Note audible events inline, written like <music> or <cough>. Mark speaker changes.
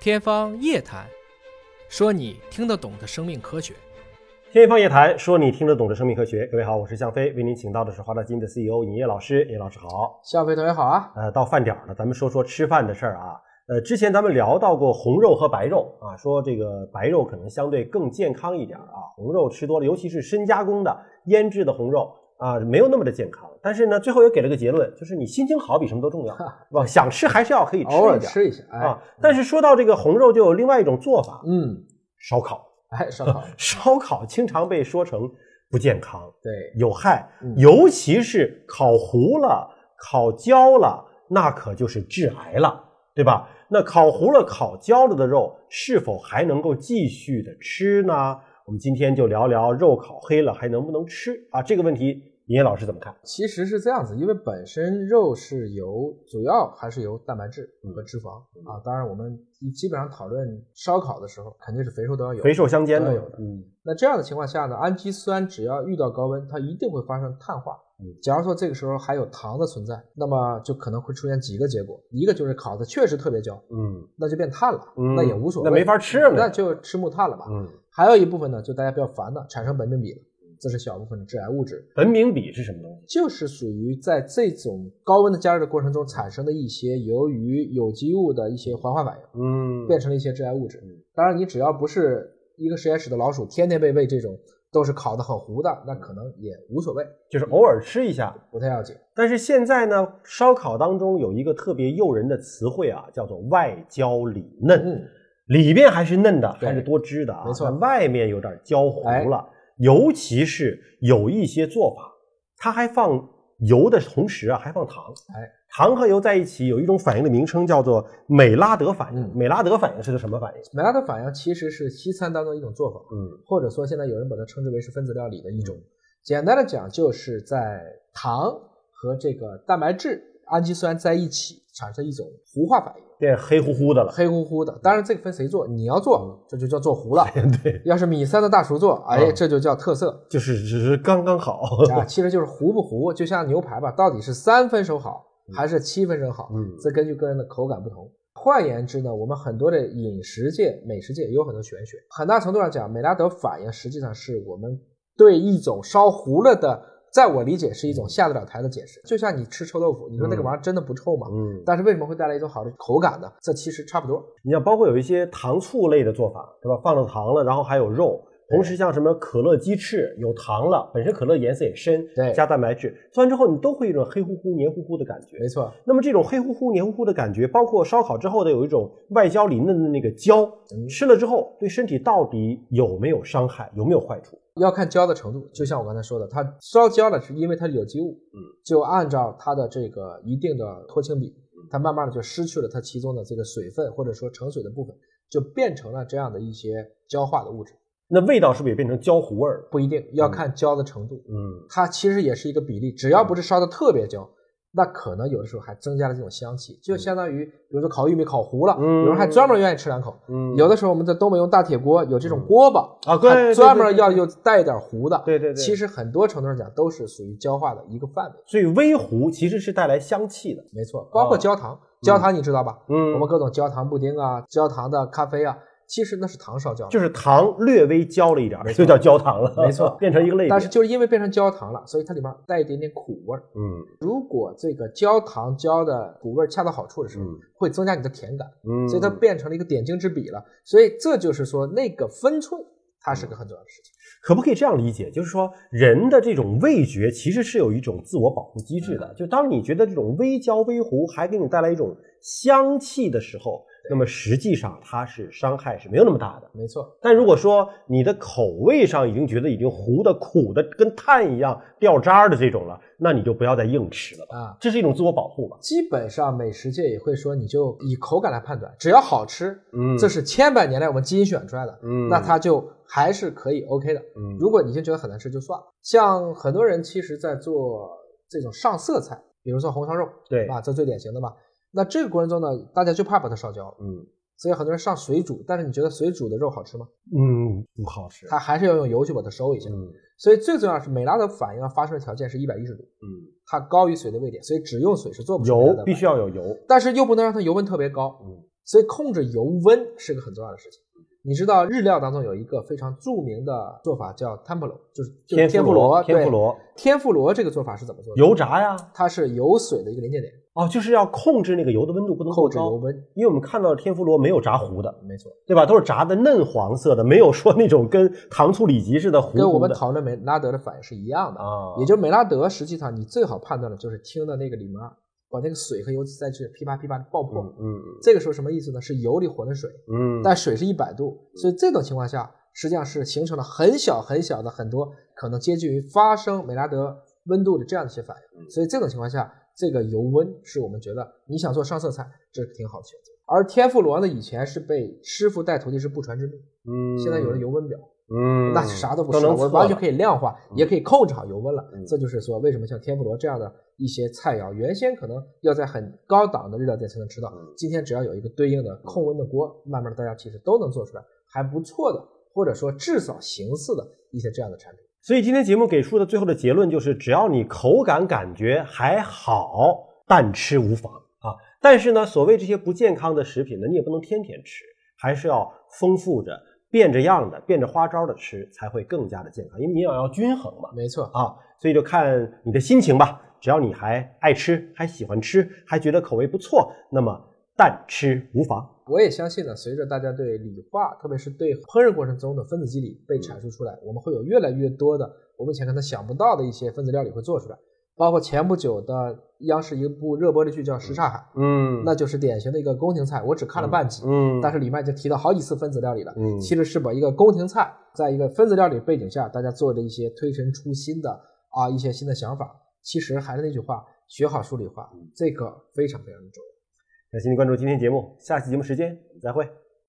Speaker 1: 天方夜谭，说你听得懂的生命科学。
Speaker 2: 天方夜谭，说你听得懂的生命科学。各位好，我是向飞，为您请到的是华大基因的 CEO 尹烨老师。尹老师好，
Speaker 1: 夏飞同学好啊，
Speaker 2: 呃，到饭点儿了，咱们说说吃饭的事儿啊。呃，之前咱们聊到过红肉和白肉啊，说这个白肉可能相对更健康一点儿啊，红肉吃多了，尤其是深加工的、腌制的红肉啊，没有那么的健康。但是呢，最后也给了个结论，就是你心情好比什么都重要，
Speaker 1: <laughs>
Speaker 2: 是吧？想吃还是要可以吃
Speaker 1: 偶尔
Speaker 2: 一点
Speaker 1: 吃一下，
Speaker 2: 儿
Speaker 1: 哎，
Speaker 2: 啊。但是说到这个红肉，就有另外一种做法，
Speaker 1: 嗯，
Speaker 2: 烧烤。
Speaker 1: 哎，烧
Speaker 2: <laughs>
Speaker 1: 烤，
Speaker 2: 烧烤经常被说成不健康、
Speaker 1: 对，
Speaker 2: 有害
Speaker 1: 嗯，
Speaker 2: 尤其是烤糊了、烤焦了，那可就是致癌了，对吧？那烤糊了、烤焦了的肉，是否还能够继续的吃呢？我们今天就聊聊肉烤黑了还能不能吃啊？这个问题，尹烨老师怎么看？
Speaker 3: 其实是这样子，因为本身肉是由主要还是由蛋白质
Speaker 2: 嗯
Speaker 3: 和脂肪、啊。当然，我们基本上讨论烧烤的时候，肯定是肥瘦都要有。
Speaker 2: 肥瘦相间
Speaker 3: 当
Speaker 2: 的
Speaker 3: 然有的
Speaker 2: 嗯，
Speaker 3: 那这样的情况下呢，氨基酸只要遇到高温，它一定会发生碳化
Speaker 2: 嗯。
Speaker 3: 假如说这个时候还有糖的存在，那么就可能会出现几个结果，一个就是烤的确实特别焦，
Speaker 2: 嗯
Speaker 3: 那就变碳了，
Speaker 2: 嗯
Speaker 3: 那也无所谓，
Speaker 2: 那没法吃了
Speaker 3: 那就吃木炭了吧。
Speaker 2: 嗯，
Speaker 3: 还有一部分呢，就大家不要烦了，产生苯丙芘了，这是小部分的致癌物质。
Speaker 2: 苯丙比是什么东西？
Speaker 3: 就是属于在这种高温的加热的过程中产生的一些由于有机物的一些环化反应，
Speaker 2: 嗯
Speaker 3: 变成了一些致癌物质
Speaker 2: 嗯。
Speaker 3: 当然，你只要不是一个实验室的老鼠，天天被喂这种都是烤得很糊的，那
Speaker 2: 嗯
Speaker 3: 可能也无所谓，
Speaker 2: 就是偶尔吃一下，
Speaker 3: 不太要紧。
Speaker 2: 但是现在呢，烧烤当中有一个特别诱人的词汇啊，叫做外焦里嫩，
Speaker 3: 嗯，
Speaker 2: 里边还是嫩的，
Speaker 3: 对
Speaker 2: 还是多汁的啊，
Speaker 3: 没错哎
Speaker 2: 但外面有点焦糊了。尤其是有一些做法，它还放油的同时啊，还放糖。
Speaker 3: 哎，
Speaker 2: 糖和油在一起有一种反应的名称叫做美拉德反
Speaker 3: 嗯
Speaker 2: 应。美拉德反应是个什么反应？
Speaker 3: 美拉德反应其实是西餐当中一种做法，
Speaker 2: 嗯
Speaker 3: 或者说现在有人把它称之为是分子料理的一种。简单的讲，就是在糖和这个蛋白质、氨基酸在一起产生一种糊化反应。
Speaker 2: 变黑乎乎的了。 <laughs>
Speaker 3: 黑乎乎的。当然这个分谁做，你要做这就叫做糊了。
Speaker 2: 对，
Speaker 3: 要是米三的大厨做，哎，
Speaker 2: 嗯
Speaker 3: 这就叫特
Speaker 2: <laughs>
Speaker 3: 色
Speaker 2: 就是只是刚
Speaker 3: <laughs>
Speaker 2: 刚好。
Speaker 3: 啊。其实就是糊不糊，就像牛排吧，到底是三分熟好还是七分熟好，
Speaker 2: 嗯
Speaker 3: 这根据个人的口感不同。换言之呢，我们很多的饮食界、美食界也有很多玄学。很大程度上讲，美拉德反应实际上是我们对一种烧糊了的，在我理解是一种下得了台的解释。就像你吃臭豆腐，你说那个
Speaker 2: 嗯
Speaker 3: 玩意儿真的不臭吗？
Speaker 2: 嗯，
Speaker 3: 但是为什么会带来一种好的口感呢？这其实差不多。
Speaker 2: 你像包括有一些糖醋类的做法，对吧？放了糖了，然后还有肉，
Speaker 3: 对
Speaker 2: 同时像什么可乐鸡翅有糖了，本身可乐颜色也深，
Speaker 3: 对
Speaker 2: 加蛋白质，做完之后你都会有一种黑乎乎、黏糊糊的感觉。
Speaker 3: 没错，
Speaker 2: 那么这种黑乎乎、黏糊糊的感觉，包括烧烤之后的有一种外焦里嫩的那个焦，
Speaker 3: 嗯
Speaker 2: 吃了之后对身体到底有没有伤害，有没有坏处？
Speaker 3: 要看焦的程度，就像我刚才说的，它烧焦了是因为它是有机物，
Speaker 2: 嗯，
Speaker 3: 就按照它的这个一定的脱氢比，
Speaker 2: 嗯
Speaker 3: 它慢慢的就失去了它其中的这个水分或者说盛水的部分，就变成了这样的一些焦化的物质，
Speaker 2: 那味道是不是也变成焦糊味儿了？
Speaker 3: 不一定要看焦的程度，
Speaker 2: 嗯，
Speaker 3: 它其实也是一个比例，只要不是烧的特别焦。那可能有的时候还增加了这种香气，就相当于，比如说烤玉米烤糊了，
Speaker 2: 嗯
Speaker 3: 有人还专门愿意吃两口。
Speaker 2: 嗯
Speaker 3: 有的时候我们在东北用大铁锅，有这种锅巴，
Speaker 2: 啊，对
Speaker 3: 它
Speaker 2: 对
Speaker 3: 专
Speaker 2: 对
Speaker 3: 门
Speaker 2: 对
Speaker 3: 要有带一点糊的。
Speaker 2: 对对对，
Speaker 3: 其实很多程度上讲都是属于焦化的一个范围，
Speaker 2: 所以微糊其实是带来香气的。
Speaker 3: 没错，包括焦糖，焦糖你知道吧？
Speaker 2: 哦嗯
Speaker 3: 我们各种焦糖布丁啊，焦糖的咖啡啊，其实那是糖烧焦的，
Speaker 2: 就是糖略微焦了一点儿，就叫焦糖了，
Speaker 3: 没错
Speaker 2: 变成一个类别。
Speaker 3: 但是就是因为变成焦糖了，所以它里面带一点点苦味儿。
Speaker 2: 嗯
Speaker 3: 如果这个焦糖焦的苦味儿恰到好处的时候，
Speaker 2: 嗯
Speaker 3: 会增加你的甜感，
Speaker 2: 嗯
Speaker 3: 所以它变成了一个点睛之笔了。所以这就是说那个分寸，它是个很重要的事情。
Speaker 2: 可不可以这样理解？就是说，人的这种味觉其实是有一种自我保护机
Speaker 3: 嗯
Speaker 2: 制的。就当你觉得这种微焦微糊还给你带来一种香气的时候，那么实际上它是伤害是没有那么大的。
Speaker 3: 没错，
Speaker 2: 但如果说你的口味上已经觉得已经糊的、苦的跟碳一样掉渣儿的这种了，那你就不要再硬吃了吧。
Speaker 3: 啊，
Speaker 2: 这是一种自我保护吧？
Speaker 3: 基本上美食界也会说，你就以口感来判断，只要好吃，
Speaker 2: 嗯
Speaker 3: 这是千百年来我们基因选出来的，
Speaker 2: 嗯
Speaker 3: 那它就还是可以 OK 的。
Speaker 2: 嗯
Speaker 3: 如果你先觉得很难吃就算了。像很多人其实在做这种上色菜，比如说红烧肉，
Speaker 2: 对
Speaker 3: 啊，这最典型的嘛。那这个过程中呢，大家就怕把它烧焦了，
Speaker 2: 嗯
Speaker 3: 所以很多人上水煮，但是你觉得水煮的肉好吃吗？
Speaker 2: 嗯不好吃。
Speaker 3: 它还是要用油去把它收一下。
Speaker 2: 嗯
Speaker 3: 所以最重要的是美拉德反应要发生的条件是一百一十度，
Speaker 2: 嗯。
Speaker 3: 它高于水的位点，所以只用水是做不出来的
Speaker 2: 油
Speaker 3: 反应。
Speaker 2: 必须要有油，
Speaker 3: 但是又不能让它油温特别高，
Speaker 2: 嗯，
Speaker 3: 所以控制油温是个很重要的事情。你知道日料当中有一个非常著名的做法叫 tempura，就是就是
Speaker 2: 天
Speaker 3: 妇罗。
Speaker 2: 天妇
Speaker 3: 对，
Speaker 2: 罗
Speaker 3: 天妇罗这个做法是怎么做的？
Speaker 2: 油炸呀，
Speaker 3: 它是油水的一个临界点，
Speaker 2: 哦，就是要控制那个油的温度不能过
Speaker 3: 控制油
Speaker 2: 高，
Speaker 3: 温，
Speaker 2: 因为我们看到的天妇罗没有炸糊的，
Speaker 3: 没错。
Speaker 2: 对吧？都是炸的嫩黄色的，没有说那种跟糖醋里脊似的糊糊的。
Speaker 3: 跟我们讨论美拉德的反应是一样的。
Speaker 2: 啊，
Speaker 3: 也就是美拉德，实际上你最好判断的就是听的那个里面把那个水和油脂再去噼啪噼啪的爆破。
Speaker 2: 嗯嗯
Speaker 3: 这个时候什么意思呢？是油里混了水，
Speaker 2: 嗯，
Speaker 3: 但水是一百度，所以这种情况下，实际上是形成了很小很小的很多可能接近于发生美拉德温度的这样的一些反
Speaker 2: 嗯
Speaker 3: 应。所以这种情况下，这个油温是我们觉得你想做上色菜，这是挺好的选择。而天妇罗呢，以前是被师傅带徒弟是不传之秘，
Speaker 2: 嗯，
Speaker 3: 现在有了油温表，
Speaker 2: 嗯，
Speaker 3: 那就啥都不
Speaker 2: 都
Speaker 3: 是了，
Speaker 2: 能
Speaker 3: 我
Speaker 2: 测
Speaker 3: 完全
Speaker 2: 了
Speaker 3: 可以量化，
Speaker 2: 嗯
Speaker 3: 也可以控制好油温了
Speaker 2: 嗯。
Speaker 3: 这就是说，为什么像天妇罗这样的一些菜肴，原先可能要在很高档的日料店才能吃到
Speaker 2: 嗯，
Speaker 3: 今天只要有一个对应的控温的锅，慢慢的大家其实都能做出来还不错的，或者说至少形似的一些这样的产品。
Speaker 2: 所以今天节目给出的最后的结论就是，只要你口感感觉还好，但吃无妨啊。但是呢，所谓这些不健康的食品呢，你也不能天天吃，还是要丰富着、变着样的、变着花招的吃，才会更加的健康。因为营养要均衡嘛
Speaker 3: 没错，
Speaker 2: 啊，所以就看你的心情吧。只要你还爱吃、还喜欢吃、还觉得口味不错，那么但吃无妨。
Speaker 3: 我也相信呢，随着大家对理化，特别是对烹饪过程中的分子机理被阐述出来，我们会有越来越多的我们以前可能想不到的一些分子料理会做出来。包括前不久的央视一部热播的剧叫《什刹海》，
Speaker 2: 嗯
Speaker 3: 那就是典型的一个宫廷菜。我只看了半集，
Speaker 2: 嗯，
Speaker 3: 但是里面已经提到好几次分子料理了。
Speaker 2: 嗯
Speaker 3: 其实是把一个宫廷菜，在一个分子料理背景下，大家做的一些推陈出新的啊一些新的想法。其实还是那句话，学好
Speaker 2: 嗯
Speaker 3: 数理化，这个非常非常的重要。
Speaker 2: 感谢您关注今天节目，下期节目时间我们再会。